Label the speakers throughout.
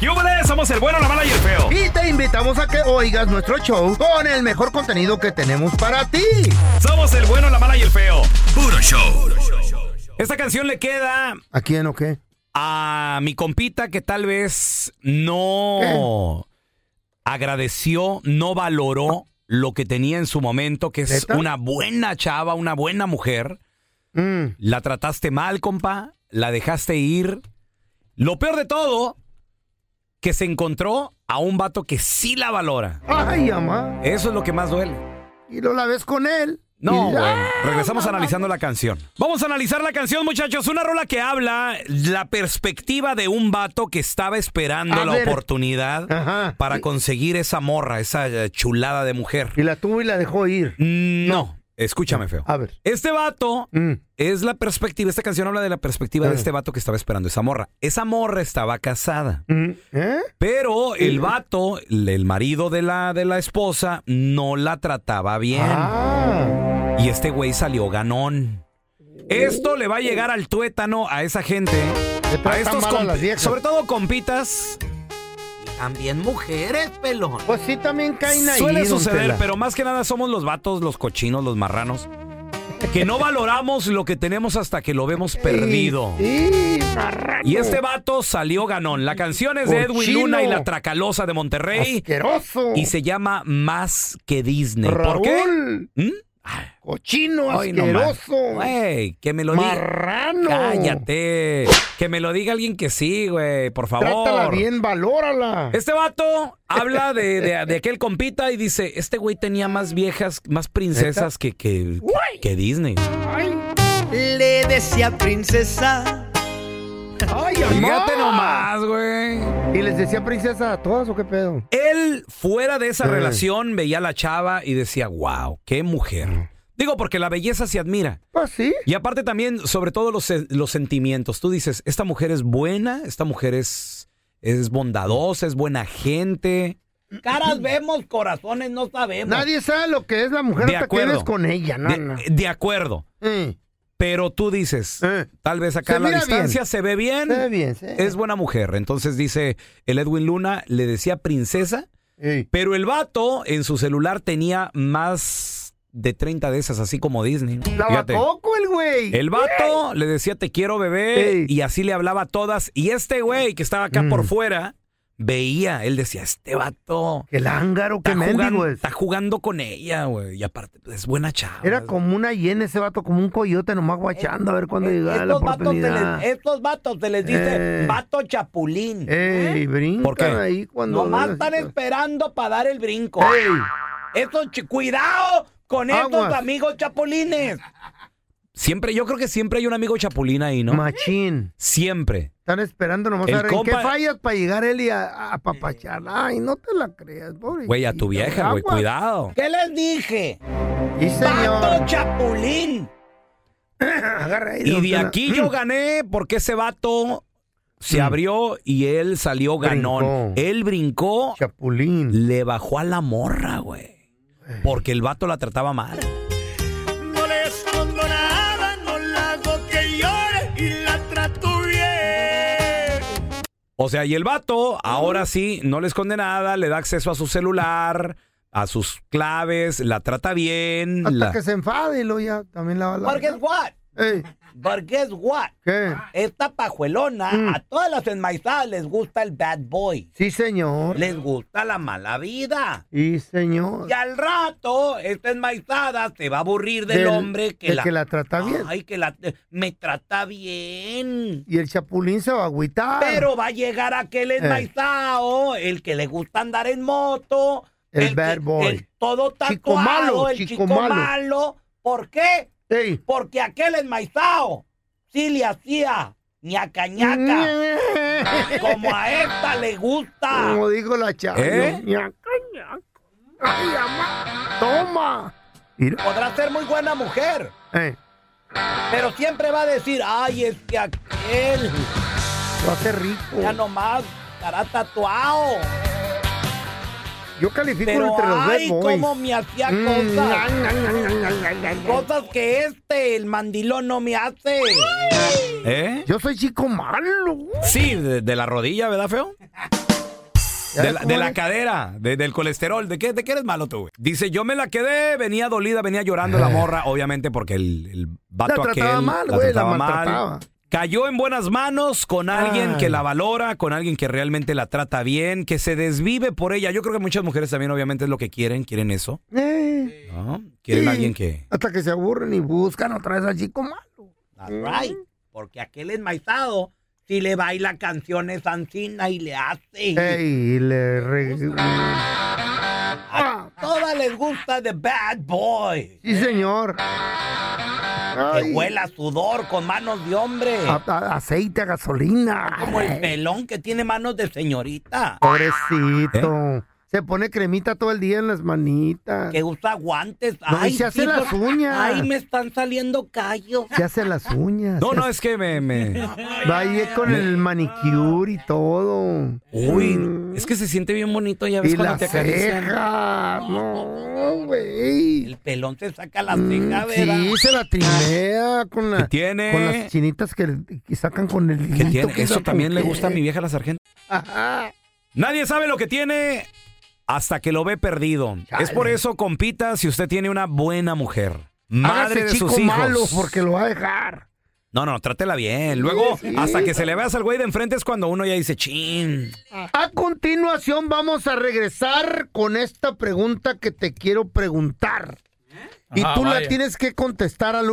Speaker 1: ¡Yúbales! Somos el bueno, la mala y el feo.
Speaker 2: Y te invitamos a que oigas nuestro show con el mejor contenido que tenemos para ti.
Speaker 1: Somos el bueno, la mala y el feo.
Speaker 3: Puro show.
Speaker 1: Esta canción le queda
Speaker 2: ¿A quién o qué?
Speaker 1: a mi compita que tal vez no agradeció, no valoró lo que tenía en su momento, que es
Speaker 2: ¿Neta?
Speaker 1: una buena chava, una buena mujer.
Speaker 2: Mm,
Speaker 1: La trataste mal, compa, la dejaste ir. Lo peor de todo, que se encontró a un vato que sí la valora.
Speaker 2: Ay, mamá.
Speaker 1: Eso es lo que más duele.
Speaker 2: Y lo la ves con él.
Speaker 1: No,
Speaker 2: Y-
Speaker 1: güey.
Speaker 2: ¡Ah!
Speaker 1: Regresamos analizando la canción. Vamos a analizar la canción, muchachos. Una rola que habla la perspectiva de un vato que estaba esperando
Speaker 2: A
Speaker 1: la
Speaker 2: ver. Ah.
Speaker 1: oportunidad
Speaker 2: Ajá.
Speaker 1: para conseguir esa morra, esa eh, chulada de mujer.
Speaker 2: Y la tuvo y la dejó ir.
Speaker 1: No. Escúchame, feo.
Speaker 2: A ver.
Speaker 1: Este vato
Speaker 2: Mm,
Speaker 1: es la perspectiva. Esta canción habla de la perspectiva de
Speaker 2: Ah.
Speaker 1: este vato que estaba esperando esa morra. Esa morra estaba casada.
Speaker 2: mm, ¿Eh?
Speaker 1: Pero el
Speaker 2: Sí.
Speaker 1: vato, el el marido de la, de la esposa, no la trataba bien.
Speaker 2: Ah.
Speaker 1: Y este güey salió ganón. Esto le va a llegar al tuétano a esa gente.
Speaker 2: Le
Speaker 1: A
Speaker 2: tratan
Speaker 1: estos
Speaker 2: mal a
Speaker 1: compi-
Speaker 2: las viejas.
Speaker 1: sobre todo compitas. Y también mujeres, pelón.
Speaker 2: Pues sí, también caen ahí.
Speaker 1: Suele
Speaker 2: don
Speaker 1: suceder,
Speaker 2: Tela.
Speaker 1: pero más que nada somos los vatos, los cochinos, los marranos. Que no valoramos lo que tenemos hasta que lo vemos perdido.
Speaker 2: Sí, marrano.
Speaker 1: Y este vato salió ganón. La canción es de Edwin
Speaker 2: Cochino.
Speaker 1: Luna y la Tracalosa de Monterrey.
Speaker 2: Asqueroso.
Speaker 1: Y se llama Más que Disney. ¿Por qué?
Speaker 2: Raúl,
Speaker 1: ¿Mm?
Speaker 2: Cochino,
Speaker 1: Ay, no más.
Speaker 2: asqueroso.
Speaker 1: Güey, que me lo diga.
Speaker 2: marrano.
Speaker 1: Cállate. Que me lo diga alguien que sí, güey, por favor.
Speaker 2: Trátala bien, valórala.
Speaker 1: Este vato habla de, de- de aquel compita y dice, este güey tenía más viejas, más princesas que, que,
Speaker 2: Güey.
Speaker 1: que Disney.
Speaker 2: Ay,
Speaker 4: Le decía princesa,
Speaker 2: ay, amá.
Speaker 1: Fíjate nomás, güey.
Speaker 2: ¿Y les decía princesa a todas o qué pedo?
Speaker 1: Él fuera de esa
Speaker 2: Sí.
Speaker 1: relación veía a la chava y decía, wow, qué mujer. Digo, porque la belleza se admira.
Speaker 2: Pues sí.
Speaker 1: Y aparte también, sobre todo los, se- los sentimientos. Tú dices, esta mujer es buena, esta mujer es, es bondadosa, es buena gente. Caras vemos, corazones no sabemos.
Speaker 2: Nadie sabe lo que es la mujer
Speaker 1: pues. De
Speaker 2: hasta que
Speaker 1: acuerdo.
Speaker 2: eres con ella, no, no.
Speaker 1: de, de acuerdo,
Speaker 2: Eh,
Speaker 1: pero tú dices,
Speaker 2: eh.
Speaker 1: tal vez acá
Speaker 2: Se
Speaker 1: a la
Speaker 2: mira
Speaker 1: distancia
Speaker 2: bien.
Speaker 1: se ve bien,
Speaker 2: Se ve bien, sí.
Speaker 1: es buena mujer. Entonces dice, el Edwin Luna le decía princesa,
Speaker 2: Ey.
Speaker 1: pero el vato en su celular tenía más de 30 de esas, así como Disney. ¿no?
Speaker 2: La
Speaker 1: Fíjate.
Speaker 2: Bacoco, el güey.
Speaker 1: El vato le decía te quiero bebé
Speaker 2: Ey.
Speaker 1: y así le hablaba a todas. Y este güey que estaba acá
Speaker 2: Mm.
Speaker 1: por fuera veía, él decía, este vato
Speaker 2: El ángaro,
Speaker 1: está,
Speaker 2: qué mendigo
Speaker 1: jugando,
Speaker 2: es.
Speaker 1: está jugando con ella, güey. Y aparte pues, es buena chava.
Speaker 2: Era como una hiena ese vato, como un coyote nomás guachando a ver
Speaker 1: Eh,
Speaker 2: cuándo llegaba la oportunidad.
Speaker 1: estos vatos se les
Speaker 2: dice Eh.
Speaker 1: vato chapulín.
Speaker 2: Ey, brincan
Speaker 1: ¿eh? ¿Por qué?
Speaker 2: ahí cuando... ven así, pues.
Speaker 1: esperando para dar el brinco.
Speaker 2: Ey,
Speaker 1: Estos, cuidado con
Speaker 2: estos Aguas.
Speaker 1: amigos chapulines. Siempre, yo creo que siempre hay un amigo chapulín ahí, ¿no?
Speaker 2: machín.
Speaker 1: siempre.
Speaker 2: Están esperando nomás
Speaker 1: El
Speaker 2: a ver en qué
Speaker 1: compa-
Speaker 2: fallas para llegar él y a, a apapachar. Ay, no te la creas, pobre.
Speaker 1: Güey, a tu vieja, güey, cuidado. ¿Qué les dije?
Speaker 2: Y señor,
Speaker 1: chapulín!
Speaker 2: agarra ahí.
Speaker 1: Y
Speaker 2: don
Speaker 1: de
Speaker 2: Tela.
Speaker 1: aquí yo
Speaker 2: Mm.
Speaker 1: gané porque ese vato se
Speaker 2: Mm.
Speaker 1: abrió y él salió ganón.
Speaker 2: Brincó.
Speaker 1: Él brincó,
Speaker 2: Chapulín.
Speaker 1: le bajó a la morra, güey.
Speaker 2: Eh.
Speaker 1: Porque el vato la trataba mal.
Speaker 4: no le escondo nada, no la hago que llore y la trato bien.
Speaker 1: O sea, y el vato ahora sí no le esconde nada, le da acceso a su celular, a sus claves, la trata bien.
Speaker 2: Hasta
Speaker 1: la-
Speaker 2: que se enfade y luego ya también la va a la...
Speaker 1: what?
Speaker 2: Ey,
Speaker 1: Porque es what?
Speaker 2: ¿Qué?
Speaker 1: Esta pajuelona
Speaker 2: Mm.
Speaker 1: a todas las enmaizadas les gusta el bad boy.
Speaker 2: Sí, señor.
Speaker 1: Les gusta la mala vida.
Speaker 2: Sí, señor.
Speaker 1: Y al rato, esta enmaizada se va a aburrir del,
Speaker 2: Del-
Speaker 1: hombre que
Speaker 2: del
Speaker 1: la...
Speaker 2: que la trata bien.
Speaker 1: Ay, que la... me trata bien.
Speaker 2: Y el chapulín se va a agüitar.
Speaker 1: Pero va a llegar aquel
Speaker 2: Eh.
Speaker 1: enmaizado, el que le gusta andar en moto.
Speaker 2: El
Speaker 1: que-
Speaker 2: bad boy.
Speaker 1: el todo tatuado,
Speaker 2: Chico malo,
Speaker 1: el
Speaker 2: chico
Speaker 1: chico
Speaker 2: malo.
Speaker 1: malo. ¿Por qué?
Speaker 2: Ey.
Speaker 1: Porque aquel enmaizado sí le hacía ñaca ñaca. Como a esta le gusta.
Speaker 2: Como dijo la chava.
Speaker 1: ¿Eh?
Speaker 2: Ñaca, ñaca. Ay, ama. Toma. Mira.
Speaker 1: Podrá ser muy buena mujer,
Speaker 2: Eh,
Speaker 1: pero siempre va a decir, ay, es que aquel
Speaker 2: lo hace rico.
Speaker 1: ya nomás estará tatuado.
Speaker 2: Yo califico
Speaker 1: Pero
Speaker 2: entre los
Speaker 1: ay,
Speaker 2: bad boys.
Speaker 1: cómo me hacía
Speaker 2: Mm,
Speaker 1: cosas.
Speaker 2: ay, ay, ay, ay, ay, ay, ay.
Speaker 1: Cosas que este, el mandilón, no me hace. ¿Eh?
Speaker 2: Yo soy chico malo.
Speaker 1: Sí, de, la rodilla, ¿verdad, feo?
Speaker 3: De la, de la cadera, de- del colesterol. ¿De qué, ¿De qué eres malo tú, güey? Dice, yo me la quedé, venía dolida, venía llorando
Speaker 1: Ah.
Speaker 3: la morra, obviamente porque el, el vato
Speaker 2: La trataba
Speaker 3: aquel
Speaker 2: mal, güey, la
Speaker 3: trataba mal.
Speaker 2: maltrataba.
Speaker 3: Cayó en buenas manos con alguien
Speaker 2: Ay.
Speaker 1: Ah.
Speaker 3: que la valora, con alguien que realmente la trata bien, que se desvive por ella. Yo creo que muchas mujeres también obviamente es lo que quieren, quieren eso,
Speaker 2: Eh,
Speaker 3: ¿no? Quieren
Speaker 2: Sí.
Speaker 3: alguien que...
Speaker 2: hasta que se aburren y buscan otra vez al chico malo.
Speaker 1: Right. Porque aquel enmaizado si le baila canciones Ancina y le hace.
Speaker 2: Ey, y le re-
Speaker 1: A todas les gusta The Bad Boy.
Speaker 2: Sí, señor. Ay,
Speaker 1: Que huela a sudor con manos de hombre.
Speaker 2: a- a- aceite, a gasolina.
Speaker 1: Como el pelón que tiene manos de señorita.
Speaker 2: Pobrecito.
Speaker 3: ¿Eh?
Speaker 2: Se pone cremita todo el día en las manitas.
Speaker 1: Que usa guantes.
Speaker 2: No, y se hace
Speaker 1: sí,
Speaker 2: las
Speaker 1: por-
Speaker 2: uñas.
Speaker 1: Ay, me están saliendo callos.
Speaker 2: Se hace las uñas.
Speaker 3: No,
Speaker 2: se
Speaker 3: no, es que me... me-
Speaker 2: hace- Va ahí con el manicure y todo. Mm.
Speaker 3: Uy, es que se siente bien bonito, ya ves
Speaker 2: Y
Speaker 3: cuando
Speaker 2: las
Speaker 3: te acarician.
Speaker 2: cejas. No, güey. Mm,
Speaker 1: El pelón se saca las cejas, ¿verdad?
Speaker 2: Sí, se la trimea con, la-
Speaker 3: ¿Qué tiene?
Speaker 2: con las chinitas que, que sacan con el
Speaker 3: que
Speaker 2: hilito,
Speaker 3: tiene.
Speaker 2: quién
Speaker 3: Eso
Speaker 2: sabe
Speaker 3: también
Speaker 2: con
Speaker 3: le
Speaker 2: qué.
Speaker 3: gusta a mi vieja la sargento.
Speaker 2: Ajá.
Speaker 3: Nadie sabe lo que tiene hasta que lo ve perdido.
Speaker 2: Chale.
Speaker 3: Es por eso, compita, si usted tiene una buena mujer. Madre
Speaker 2: Hágase
Speaker 3: de
Speaker 2: chico
Speaker 3: sus hijos.
Speaker 2: malo porque lo va a dejar.
Speaker 3: No, no, trátela bien. Luego,
Speaker 2: Sí, sí.
Speaker 3: hasta que se le veas al güey de enfrente es cuando uno ya dice, chin.
Speaker 2: A continuación vamos a regresar con esta pregunta que te quiero preguntar. Y tú la tienes que contestar al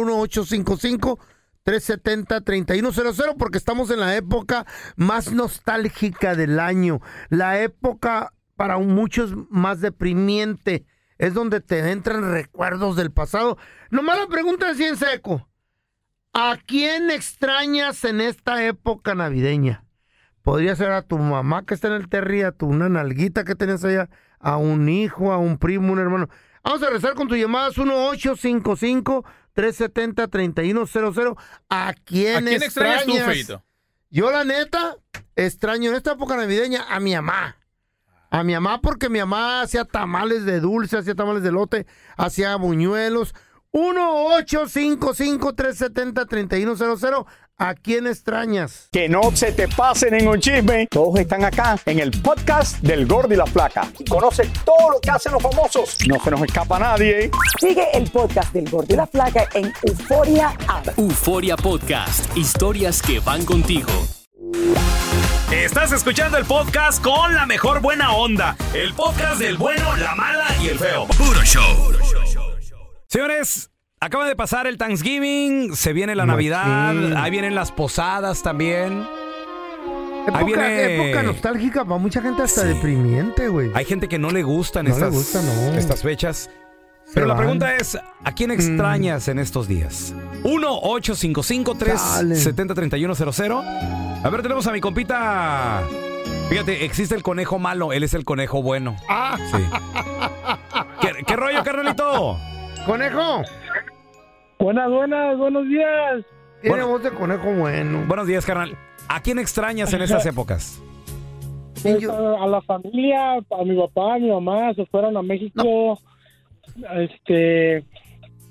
Speaker 2: 1855-370-3100 porque estamos en la época más nostálgica del año. La época para muchos más deprimiente. Es donde te entran recuerdos del pasado. Nomás la pregunta así en seco. ¿A quién extrañas en esta época navideña? Podría ser a tu mamá que está en el terry, a tu una nalguita que tenías allá, a un hijo, a un primo, un hermano. Vamos a regresar con tus llamadas 1-855-370-3100. ¿A quién,
Speaker 5: ¿A quién
Speaker 2: extrañas?
Speaker 5: extrañas tú, Feito?
Speaker 2: Yo la neta extraño en esta época navideña a mi mamá. A mi mamá porque mi mamá hacía tamales de dulce, hacía tamales de lote, hacía buñuelos. 1-855-370-3100. ¿A quién extrañas?
Speaker 6: Que no se te pase ningún chisme. Todos están acá en el podcast del Gordi y la Flaca. Y conoce todo lo que hacen los famosos. No se nos escapa nadie.
Speaker 7: Sigue el podcast del Gordo y la Flaca en Euforia App.
Speaker 8: Euforia Podcast, historias que van contigo.
Speaker 3: Estás escuchando el podcast con la mejor buena onda. El podcast del bueno, la mala y el feo.
Speaker 8: Puro show.
Speaker 3: Señores, acaba de pasar el Thanksgiving, se viene la Navidad, ahí vienen las posadas también.
Speaker 2: Época,
Speaker 3: viene-
Speaker 2: época nostálgica para mucha gente hasta
Speaker 3: Sí.
Speaker 2: deprimiente, güey.
Speaker 3: Hay gente que no le gustan
Speaker 2: No le
Speaker 3: estas,
Speaker 2: gusta, no.
Speaker 3: estas fechas. Pero la
Speaker 2: van.
Speaker 3: pregunta es, ¿a quién extrañas en estos días? 1-855-370-3100. A ver, tenemos a mi compita. Fíjate, existe el conejo malo, él es el conejo bueno.
Speaker 2: Ah,
Speaker 3: Sí. ¿Qué, qué rollo, carnalito?
Speaker 2: conejo.
Speaker 9: Buenas, buenas, buenos días.
Speaker 2: Tiene
Speaker 3: Bueno.
Speaker 2: voz de conejo bueno.
Speaker 3: Buenos días, carnal. ¿A quién extrañas en estas épocas?
Speaker 9: Pues,
Speaker 2: yo-
Speaker 9: A a la familia, a mi papá, a mi mamá, se fueron a México. Este,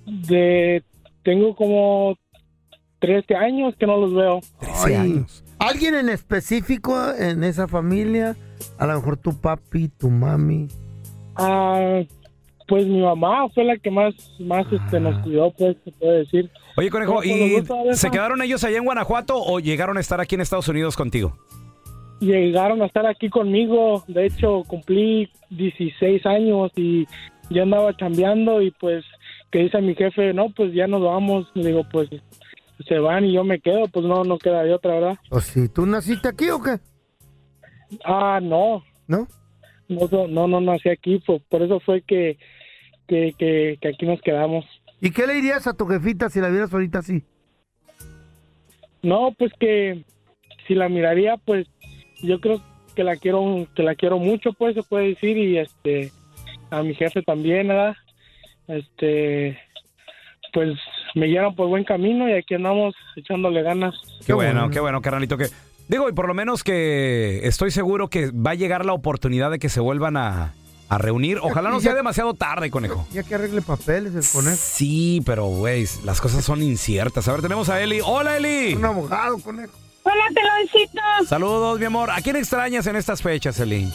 Speaker 9: de, tengo como 13 años que no los veo.
Speaker 3: 13
Speaker 2: Ay.
Speaker 3: años.
Speaker 2: ¿Alguien en específico en esa familia? A lo mejor tu papi, tu mami.
Speaker 9: Ah, pues mi mamá fue la que más, más este, nos cuidó, pues, se puede decir.
Speaker 3: Oye, conejo,
Speaker 9: Pero cuando
Speaker 3: ¿y
Speaker 9: gusta, deja.
Speaker 3: se quedaron ellos allá en Guanajuato o llegaron a estar aquí en Estados Unidos contigo?
Speaker 9: Llegaron a estar aquí conmigo. De hecho, cumplí 16 años y ya andaba chambeando y pues que dice mi jefe, no, pues ya nos vamos. Le digo, pues se van y yo me quedo. Pues no, no queda de otra, ¿verdad?
Speaker 2: O si tú naciste aquí o qué?
Speaker 9: Ah, no,
Speaker 2: ¿No?
Speaker 9: no, no, no, no nací aquí. Por, por eso fue que, que, que, que aquí nos quedamos.
Speaker 2: ¿Y qué le dirías a tu jefita si la vieras ahorita así?
Speaker 9: No, pues que si la miraría, pues yo creo que la quiero, que la quiero mucho, pues se puede decir y este a mi jefe también, ¿verdad? Este, pues me guiaron por buen camino y aquí andamos echándole ganas.
Speaker 3: Qué, bueno, qué bueno, carnalito. Que... Digo, y por lo menos que estoy seguro que va a llegar la oportunidad de que se vuelvan a, a reunir. Ojalá no sea demasiado tarde, conejo.
Speaker 2: Ya que arregle papeles el conejo.
Speaker 3: Sí, pero, güey, las cosas son inciertas. A ver, tenemos a Eli. ¡Hola, Eli!
Speaker 2: Un abogado, conejo.
Speaker 10: Hola, peloncitos.
Speaker 3: Saludos, mi amor. ¿A quién extrañas en estas fechas, Eli?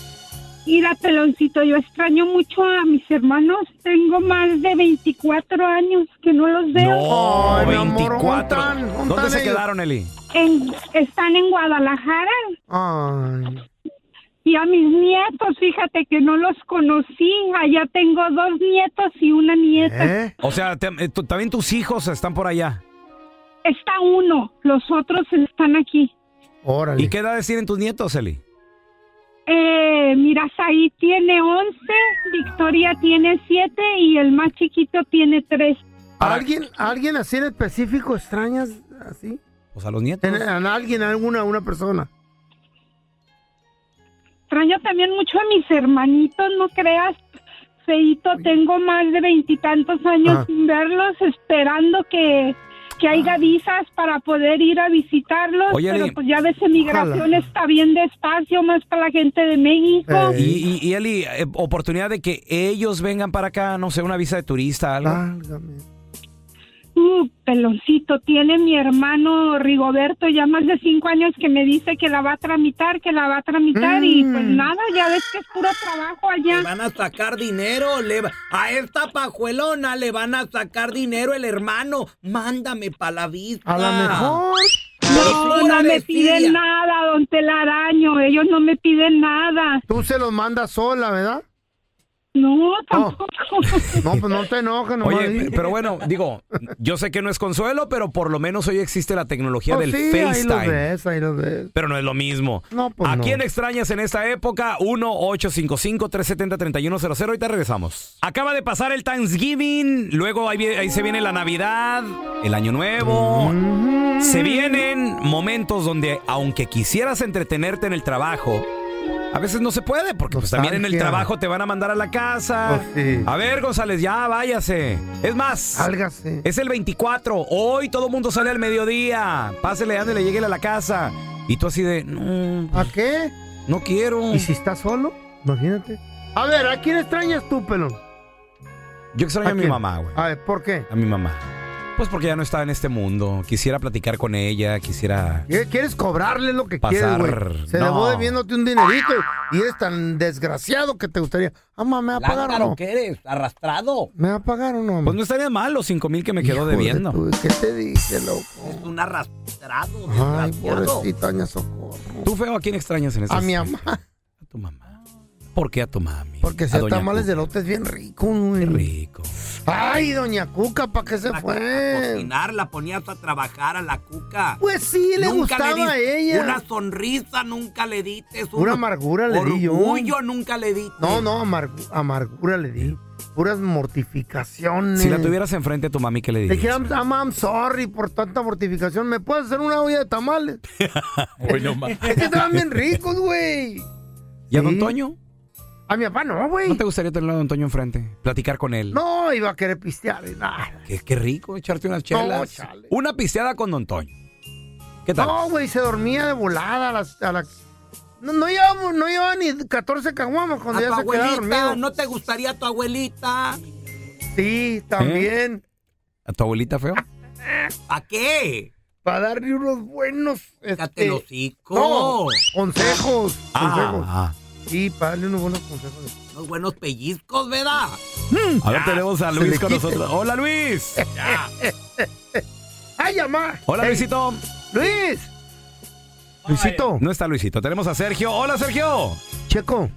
Speaker 11: Mira, peloncito, yo extraño mucho a mis hermanos. Tengo más de 24 años que no los veo.
Speaker 3: No,
Speaker 2: Ay, mi amor,
Speaker 3: 24.
Speaker 2: ¿dónde están? ¿Dónde
Speaker 3: ¿Dónde se
Speaker 2: ellos?
Speaker 3: quedaron, Eli?
Speaker 11: En- están en Guadalajara
Speaker 2: Ay.
Speaker 11: y a mis nietos, fíjate que no los conocí. Allá tengo dos nietos y una nieta.
Speaker 2: ¿Eh?
Speaker 3: O sea, te- eh, tú- también tus hijos están por allá.
Speaker 11: Está uno, los otros están aquí.
Speaker 2: Órale.
Speaker 3: ¿Y qué edades tienen tus nietos, Eli?
Speaker 11: Eh, mira, Saí tiene 11, Victoria tiene 7 y el más chiquito tiene 3.
Speaker 2: ¿A alguien, a alguien así en específico extrañas así?
Speaker 3: O sea, los nietos.
Speaker 2: En, en alguien, alguna, una persona.
Speaker 11: Extraño también mucho a mis hermanitos, no creas. Feito, tengo más de veintitantos años
Speaker 2: Ah.
Speaker 11: sin verlos, esperando que, que haya visas para poder ir a visitarlos.
Speaker 3: Oye,
Speaker 11: pero
Speaker 3: Eli,
Speaker 11: pues ya ves, emigración
Speaker 2: ojalá.
Speaker 11: está bien despacio, más para la gente de México.
Speaker 2: Eh,
Speaker 3: Y, y- y, Eli, eh, oportunidad de que ellos vengan para acá, no sé, una visa de turista, algo.
Speaker 2: Ah, Válgame.
Speaker 11: Uh, peloncito, tiene mi hermano Rigoberto ya más de cinco años que me dice que la va a tramitar, que la va a tramitar y pues
Speaker 2: Mm.
Speaker 11: nada, ya ves que es puro trabajo allá.
Speaker 1: Le van a sacar dinero, le va- a esta pajuelona le van a sacar dinero el hermano. Mándame pa' la vista.
Speaker 2: A lo mejor.
Speaker 11: No,
Speaker 1: Pura
Speaker 11: no me
Speaker 1: desidia.
Speaker 11: piden nada, don Telaraño. Ellos no me piden nada.
Speaker 2: Tú se los mandas sola, ¿verdad?
Speaker 11: No, tampoco.
Speaker 2: No, pues no te enojes, nomás.
Speaker 3: Oye,
Speaker 2: di.
Speaker 3: pe- pero bueno, digo, yo sé que no es consuelo, pero por lo menos hoy existe la tecnología
Speaker 2: Pues
Speaker 3: del
Speaker 2: sí, Ahí los
Speaker 3: FaceTime.
Speaker 2: ves, ahí los ves.
Speaker 3: Pero no es lo mismo.
Speaker 2: No, pues
Speaker 3: ¿A
Speaker 2: no.
Speaker 3: quién extrañas en esta época? 1-855-370-3100. Ahorita regresamos. Acaba de pasar el Thanksgiving. Luego ahí, vi- ahí se viene la Navidad, el Año Nuevo. Se vienen momentos donde, aunque quisieras entretenerte en el trabajo, a veces no se puede, porque pues, también en el
Speaker 2: Nostalgia.
Speaker 3: trabajo te van a mandar a la casa.
Speaker 2: Pues sí.
Speaker 3: A ver, González, ya váyase. Es más,
Speaker 2: Sálgase.
Speaker 3: es el 24. Hoy todo mundo sale al mediodía. Pásele, ándele, llegue a la casa. Y tú así de, no,
Speaker 2: ¿A qué?
Speaker 3: no quiero.
Speaker 2: ¿Y si estás solo? Imagínate. A ver, ¿a quién extrañas tú, pelón?
Speaker 3: Yo extraño a, mi
Speaker 2: quién? Ah.
Speaker 3: mamá, güey.
Speaker 2: A ver, ¿por qué?
Speaker 3: A mi mamá. Pues porque ya no está en este mundo. Quisiera platicar con ella, quisiera...
Speaker 2: ¿Qué- ¿Quieres cobrarle lo que
Speaker 3: Pasar.
Speaker 2: quieres, güey? Se
Speaker 3: No.
Speaker 2: dejó debiéndote un dinerito y eres tan desgraciado que te gustaría. Ama, ¿me va a pagar o no?
Speaker 1: Lángaro que eres, arrastrado.
Speaker 2: ¿Me va a pagar o no?
Speaker 3: Pues no estaría mal los cinco mil que me quedó
Speaker 2: Hijo de
Speaker 3: debiendo.
Speaker 2: tu- ¿Qué te dije, loco?
Speaker 1: Es un arrastrado,
Speaker 2: Ay,
Speaker 1: desgraciado.
Speaker 2: pobrecita, Doña Socorro.
Speaker 3: ¿Tú, feo, a quién extrañas en este
Speaker 2: A mi mamá,
Speaker 3: A tu mamá. ¿Por qué a tu mami?
Speaker 2: porque
Speaker 3: A
Speaker 2: se
Speaker 3: doña
Speaker 2: tamales de
Speaker 3: Cuca.
Speaker 2: lote es bien rico. güey.
Speaker 3: Qué rico.
Speaker 2: Ay, Doña Cuca, ¿para qué se
Speaker 1: A- a
Speaker 2: fue?
Speaker 1: cocinar, la ponías a trabajar a la cuca.
Speaker 2: Pues sí, le gustaba a
Speaker 1: di
Speaker 2: ella.
Speaker 1: Una sonrisa nunca le diste.
Speaker 2: Pura amargura le di yo.
Speaker 1: Orgullo nunca le diste.
Speaker 2: No, no, amargu- amargura le di. Puras mortificaciones.
Speaker 3: Si la tuvieras enfrente a tu mami, ¿qué le
Speaker 2: Le
Speaker 3: dirías?
Speaker 2: dije, I'm, I'm- I'm sorry por tanta mortificación. ¿Me puedes hacer una olla de tamales? es que estaban bien ricos, güey.
Speaker 3: ¿Y a don
Speaker 2: Sí.
Speaker 3: Toño?
Speaker 2: A mi papá no, güey.
Speaker 3: ¿No te
Speaker 2: No,
Speaker 3: gustaría tener a don Toño enfrente? Platicar con él.
Speaker 2: iba a querer pistear. y nada.
Speaker 3: Qué, qué rico echarte unas chelas.
Speaker 2: chale.
Speaker 3: Una pisteada con don Toño. ¿Qué tal?
Speaker 2: No, güey, se dormía de volada a las... a la- No, no, llevaba, no llevaba ni 14 caguamas
Speaker 1: A
Speaker 2: cuando
Speaker 1: tu
Speaker 2: ya se quedaba
Speaker 1: abuelita,
Speaker 2: dormido.
Speaker 1: ¿no te gustaría tu abuelita?
Speaker 2: Sí,
Speaker 1: ¿Eh?
Speaker 2: también.
Speaker 3: ¿A tu abuelita, feo?
Speaker 1: ¿Para qué?
Speaker 2: Para darle unos buenos...
Speaker 1: Cállate
Speaker 2: este,
Speaker 1: el hocico.
Speaker 2: no, consejos. consejos.
Speaker 3: Ah,
Speaker 2: Sí, para darle unos buenos consejos.
Speaker 1: Unos buenos pellizcos, ¿verdad?
Speaker 3: A ver, tenemos a
Speaker 2: se
Speaker 3: Luis
Speaker 2: le
Speaker 3: con
Speaker 2: quita.
Speaker 3: nosotros. Hola, Luis.
Speaker 2: ¡Ay, mamá!
Speaker 3: Hola,
Speaker 2: Ey,
Speaker 3: Luisito.
Speaker 2: ¡Luis! Luisito,
Speaker 3: No está Luisito. Tenemos a Sergio. Hola, Sergio.
Speaker 2: Checo.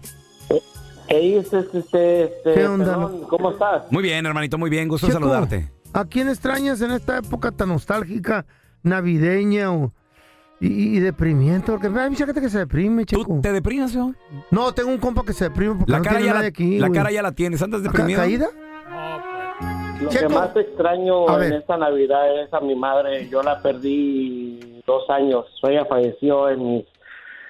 Speaker 9: Ey, este, este, este, este,
Speaker 2: ¿Qué onda,
Speaker 9: pelón, ¿Cómo estás?
Speaker 3: Muy bien, hermanito, muy bien. Gusto en
Speaker 2: Checo,
Speaker 3: saludarte.
Speaker 2: ¿A quién extrañas en esta época tan nostálgica, navideña o, y, y deprimiente? Porque hay mucha gente que se deprime, Checo.
Speaker 3: ¿Tú te deprimas, feo?
Speaker 2: No, tengo un compa que se deprime porque
Speaker 3: La,
Speaker 2: no
Speaker 3: cara,
Speaker 2: tiene
Speaker 3: ya la,
Speaker 2: nadie aquí.
Speaker 3: la
Speaker 2: güey.
Speaker 3: cara ya la tienes. ¿Andas
Speaker 2: ¿Ca-
Speaker 3: deprimido?
Speaker 2: ¿Caída? Checo.
Speaker 9: Lo
Speaker 2: pues,
Speaker 9: que más extraño
Speaker 2: A
Speaker 9: en
Speaker 2: ver.
Speaker 9: esta Navidad es a mi madre. Yo la perdí dos años. Ella falleció en mis...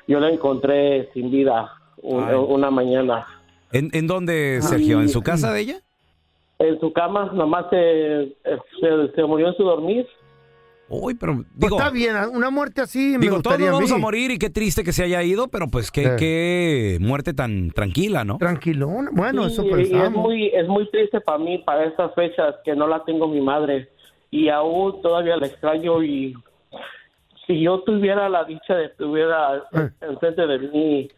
Speaker 9: Yo la encontré sin vida un-
Speaker 3: Ay.
Speaker 9: una mañana.
Speaker 3: ¿En, en dónde, Sergio? ¿En
Speaker 9: Ay.
Speaker 3: su casa de ella?
Speaker 9: En su cama, nomás se, se, se murió en su dormir.
Speaker 3: Uy, pero
Speaker 2: Pues
Speaker 3: digo,
Speaker 2: está bien, una muerte así me
Speaker 3: digo todos
Speaker 2: gustaría
Speaker 3: nos vamos
Speaker 2: a
Speaker 3: a
Speaker 2: mí.
Speaker 3: morir y qué triste que se haya ido, pero pues qué,
Speaker 2: Sí.
Speaker 3: qué muerte tan tranquila, ¿no?
Speaker 2: Tranquilón. Bueno,
Speaker 9: Sí,
Speaker 2: eso pues,
Speaker 9: y es
Speaker 2: pensamos.
Speaker 9: muy, es muy triste para mí, para estas fechas, que no la tengo mi madre. Y aún todavía la extraño y si yo tuviera la dicha de tuviera
Speaker 2: Eh.
Speaker 9: enfrente de mí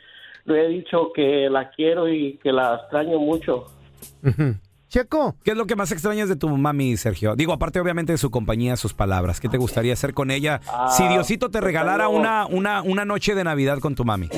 Speaker 10: le he dicho que la quiero y que la extraño mucho.
Speaker 2: Checo.
Speaker 3: ¿Qué es lo que más extrañas de tu mami, Sergio? Digo, aparte obviamente de su compañía, sus palabras. ¿Qué te gustaría hacer con ella si Diosito te regalara una, una, una noche de Navidad con tu mami?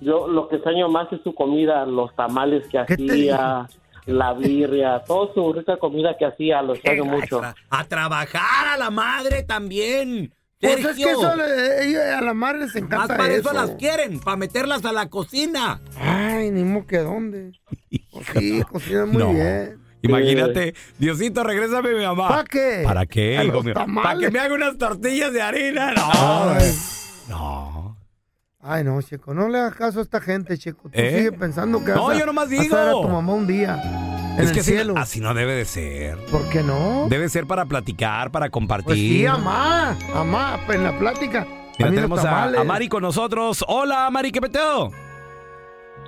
Speaker 10: Yo lo que extraño más es su comida, los tamales que hacía, la birria, toda su rica comida que hacía, lo extraño mucho.
Speaker 1: A trabajar a la madre también.
Speaker 2: Pues es
Speaker 1: Sergio.
Speaker 2: que eso le- ellos- a la madre les
Speaker 1: Más
Speaker 2: encanta
Speaker 1: para eso
Speaker 2: eso.
Speaker 1: las quieren, para meterlas a la cocina.
Speaker 2: Ay, ni mo que dónde. Pues sí, cocina muy
Speaker 3: No.
Speaker 2: bien.
Speaker 3: Imagínate, Diosito, regrésame a mi mamá.
Speaker 2: ¿Para qué?
Speaker 3: ¿Para qué,
Speaker 2: A
Speaker 3: hijo
Speaker 2: los
Speaker 3: mío? ¿Para
Speaker 2: tamales.
Speaker 3: que me haga unas tortillas de harina? No.
Speaker 2: Ay.
Speaker 3: No.
Speaker 2: Ay, no, Checo, no le hagas caso a esta gente, Checo. Tú
Speaker 3: ¿Eh?
Speaker 2: sigue pensando que
Speaker 3: No,
Speaker 2: vas a-
Speaker 3: yo nomás
Speaker 2: vas a ver a
Speaker 3: digo.
Speaker 2: tu mamá un día en
Speaker 3: es
Speaker 2: el
Speaker 3: que así,
Speaker 2: cielo.
Speaker 3: así no debe de ser.
Speaker 2: ¿Por qué no?
Speaker 3: Debe ser para platicar, para compartir.
Speaker 2: Pues sí, amá, amá, pues en la plática.
Speaker 3: Mira,
Speaker 2: mí los
Speaker 3: tenemos a,
Speaker 2: tamales.
Speaker 3: a Mari con nosotros. Hola, Mari, ¿qué peteo?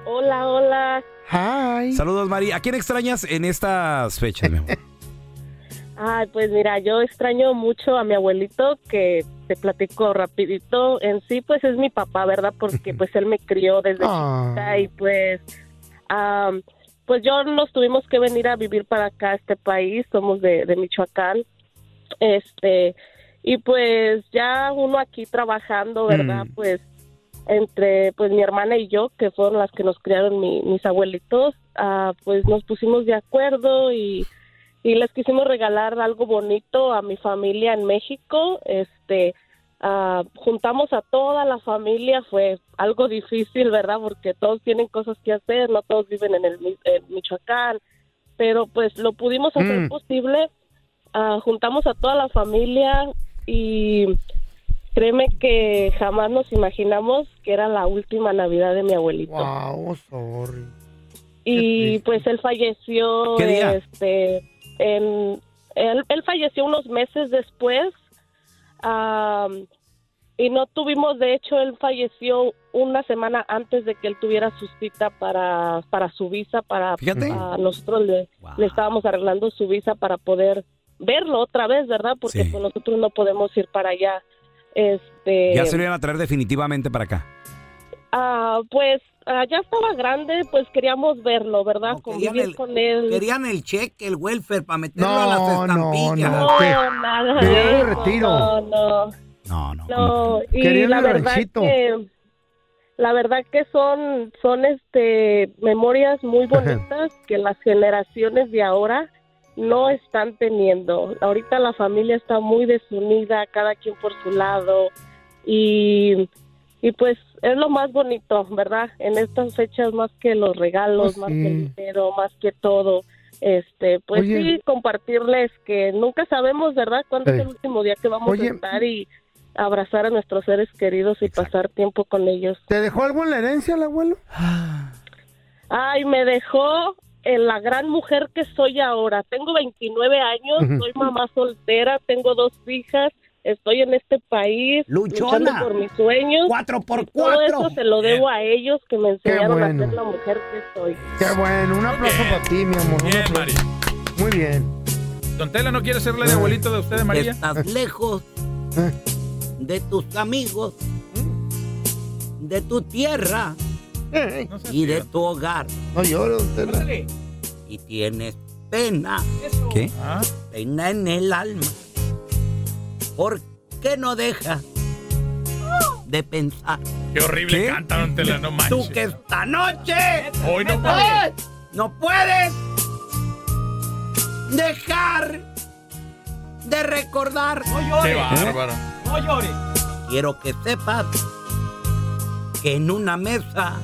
Speaker 11: Hola, hola.
Speaker 2: Hi.
Speaker 3: Saludos, Mari. ¿A quién extrañas en estas fechas, mi amor?
Speaker 11: Ay, pues mira, yo extraño mucho a mi abuelito que te platico rapidito. En sí, pues es mi papá, ¿verdad? Porque pues él me crió desde
Speaker 2: Ah.
Speaker 11: chiquita y pues, am, pues yo nos tuvimos que venir a vivir para acá, a este país. Somos de, de Michoacán. Este, y pues ya uno aquí trabajando, ¿verdad?
Speaker 12: Mm.
Speaker 11: Pues entre pues mi hermana y yo, que fueron las que nos criaron mi- mis abuelitos, ah, pues nos pusimos de acuerdo y, y les quisimos regalar algo bonito a mi familia en México. Este, ah, juntamos a toda la familia, fue algo difícil, ¿verdad? Porque todos tienen cosas que hacer, no todos viven en, el, mi- en Michoacán, pero pues lo pudimos hacer
Speaker 13: Mm.
Speaker 11: posible. Ah, juntamos a toda la familia y Créeme que jamás nos imaginamos que era la última Navidad de mi abuelito.
Speaker 2: Wow, sorry.
Speaker 11: y pues él falleció
Speaker 2: ¿Qué día?
Speaker 11: este en él, él falleció unos meses después. am, y no tuvimos, de hecho, él falleció una semana antes de que él tuviera su cita para, para su visa, para
Speaker 3: Fíjate.
Speaker 11: ah, nosotros le, le estábamos arreglando su visa para poder verlo otra vez, ¿verdad? Porque
Speaker 3: Sí.
Speaker 11: pues, nosotros no podemos ir para allá. Este,
Speaker 3: Ya se lo iban a traer definitivamente para acá.
Speaker 11: Ah, pues ah, ya estaba grande, pues queríamos verlo, ¿verdad? Convivir
Speaker 1: querían el-
Speaker 11: con él.
Speaker 1: Querían el cheque, el welfare, para meterlo
Speaker 2: No,
Speaker 1: a las
Speaker 2: no,
Speaker 1: estampillas.
Speaker 2: no, ¿qué?
Speaker 11: nada
Speaker 2: Querían
Speaker 11: de
Speaker 2: el
Speaker 11: eso,
Speaker 2: retiro.
Speaker 11: No, no.
Speaker 3: No, no.
Speaker 11: No, y
Speaker 2: Querían
Speaker 11: la
Speaker 2: el
Speaker 11: verdad
Speaker 2: ranchito.
Speaker 11: que la verdad que son son este memorias muy bonitas que las generaciones de ahora no están teniendo. Ahorita la familia está muy desunida, cada quien por su lado y y pues es lo más bonito, ¿verdad? En estas fechas más que los regalos,
Speaker 12: Pues
Speaker 11: más
Speaker 12: sí.
Speaker 11: que el dinero, más que todo, este, pues
Speaker 12: Oye.
Speaker 11: sí compartirles que nunca sabemos, ¿verdad? Cuándo es
Speaker 12: Eh.
Speaker 11: el último día que vamos
Speaker 2: Oye.
Speaker 11: a estar y abrazar a nuestros seres queridos y pasar tiempo con ellos.
Speaker 2: ¿Te dejó algo en la herencia el abuelo?
Speaker 11: Ay, me dejó eh, la gran mujer que soy ahora. Tengo 29 años,
Speaker 2: Ujú.
Speaker 11: soy mamá soltera, tengo dos hijas, estoy en este país,
Speaker 1: Luchona.
Speaker 11: luchando por mis sueños.
Speaker 1: Cuatro por
Speaker 11: Y Todo
Speaker 1: cuatro.
Speaker 11: eso se lo debo a ellos que me enseñaron
Speaker 2: bueno.
Speaker 11: a ser la mujer que soy.
Speaker 2: Qué bueno, un aplauso para ti, mi amor. un aplauso.
Speaker 4: Mari.
Speaker 2: Muy bien.
Speaker 4: Don Tela no quiere ser la de abuelito de ustedes, María.
Speaker 1: Estás lejos de tus amigos, de tu tierra y de tu hogar.
Speaker 2: No lloro,
Speaker 1: Y tienes pena.
Speaker 3: ¿Qué?
Speaker 1: Pena en el alma. ¿Por qué no dejas de pensar?
Speaker 4: Qué horrible canta Don Tela, no manches.
Speaker 1: Tú que esta noche
Speaker 4: Hoy no
Speaker 1: puedes, no puedes dejar de recordar.
Speaker 4: Qué bárbaro.
Speaker 1: No llores. Quiero que sepas que en una mesa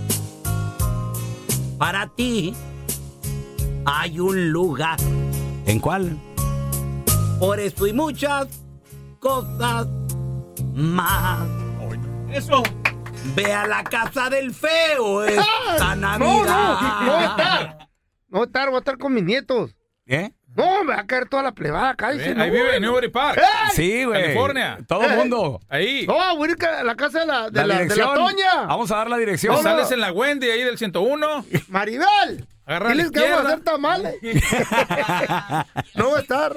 Speaker 1: para ti hay un lugar.
Speaker 3: ¿En cuál?
Speaker 1: Por eso y muchas cosas más. Eso. Ve a la casa del feo esta
Speaker 2: No, Ah, no,
Speaker 1: Navidad.
Speaker 2: no voy a estar. No voy a estar, voy a estar con mis nietos.
Speaker 3: ¿Eh?
Speaker 2: No, me va a caer toda la plebada, cállese.
Speaker 4: Eh, ahí vive en Newbury Park.
Speaker 3: Sí, güey. Eh.
Speaker 4: California.
Speaker 3: Todo el mundo.
Speaker 4: Ahí.
Speaker 2: No, voy a ir a la casa de la, de la, de la Toña.
Speaker 4: Ah,
Speaker 3: Vamos a dar la
Speaker 4: Te
Speaker 3: dirección.
Speaker 4: Sales en la Wendy ahí del 101.
Speaker 2: Maribel.
Speaker 4: Agarra a la
Speaker 2: Diles que vamos a
Speaker 4: izquierda.
Speaker 2: hacer tamales. no va a estar.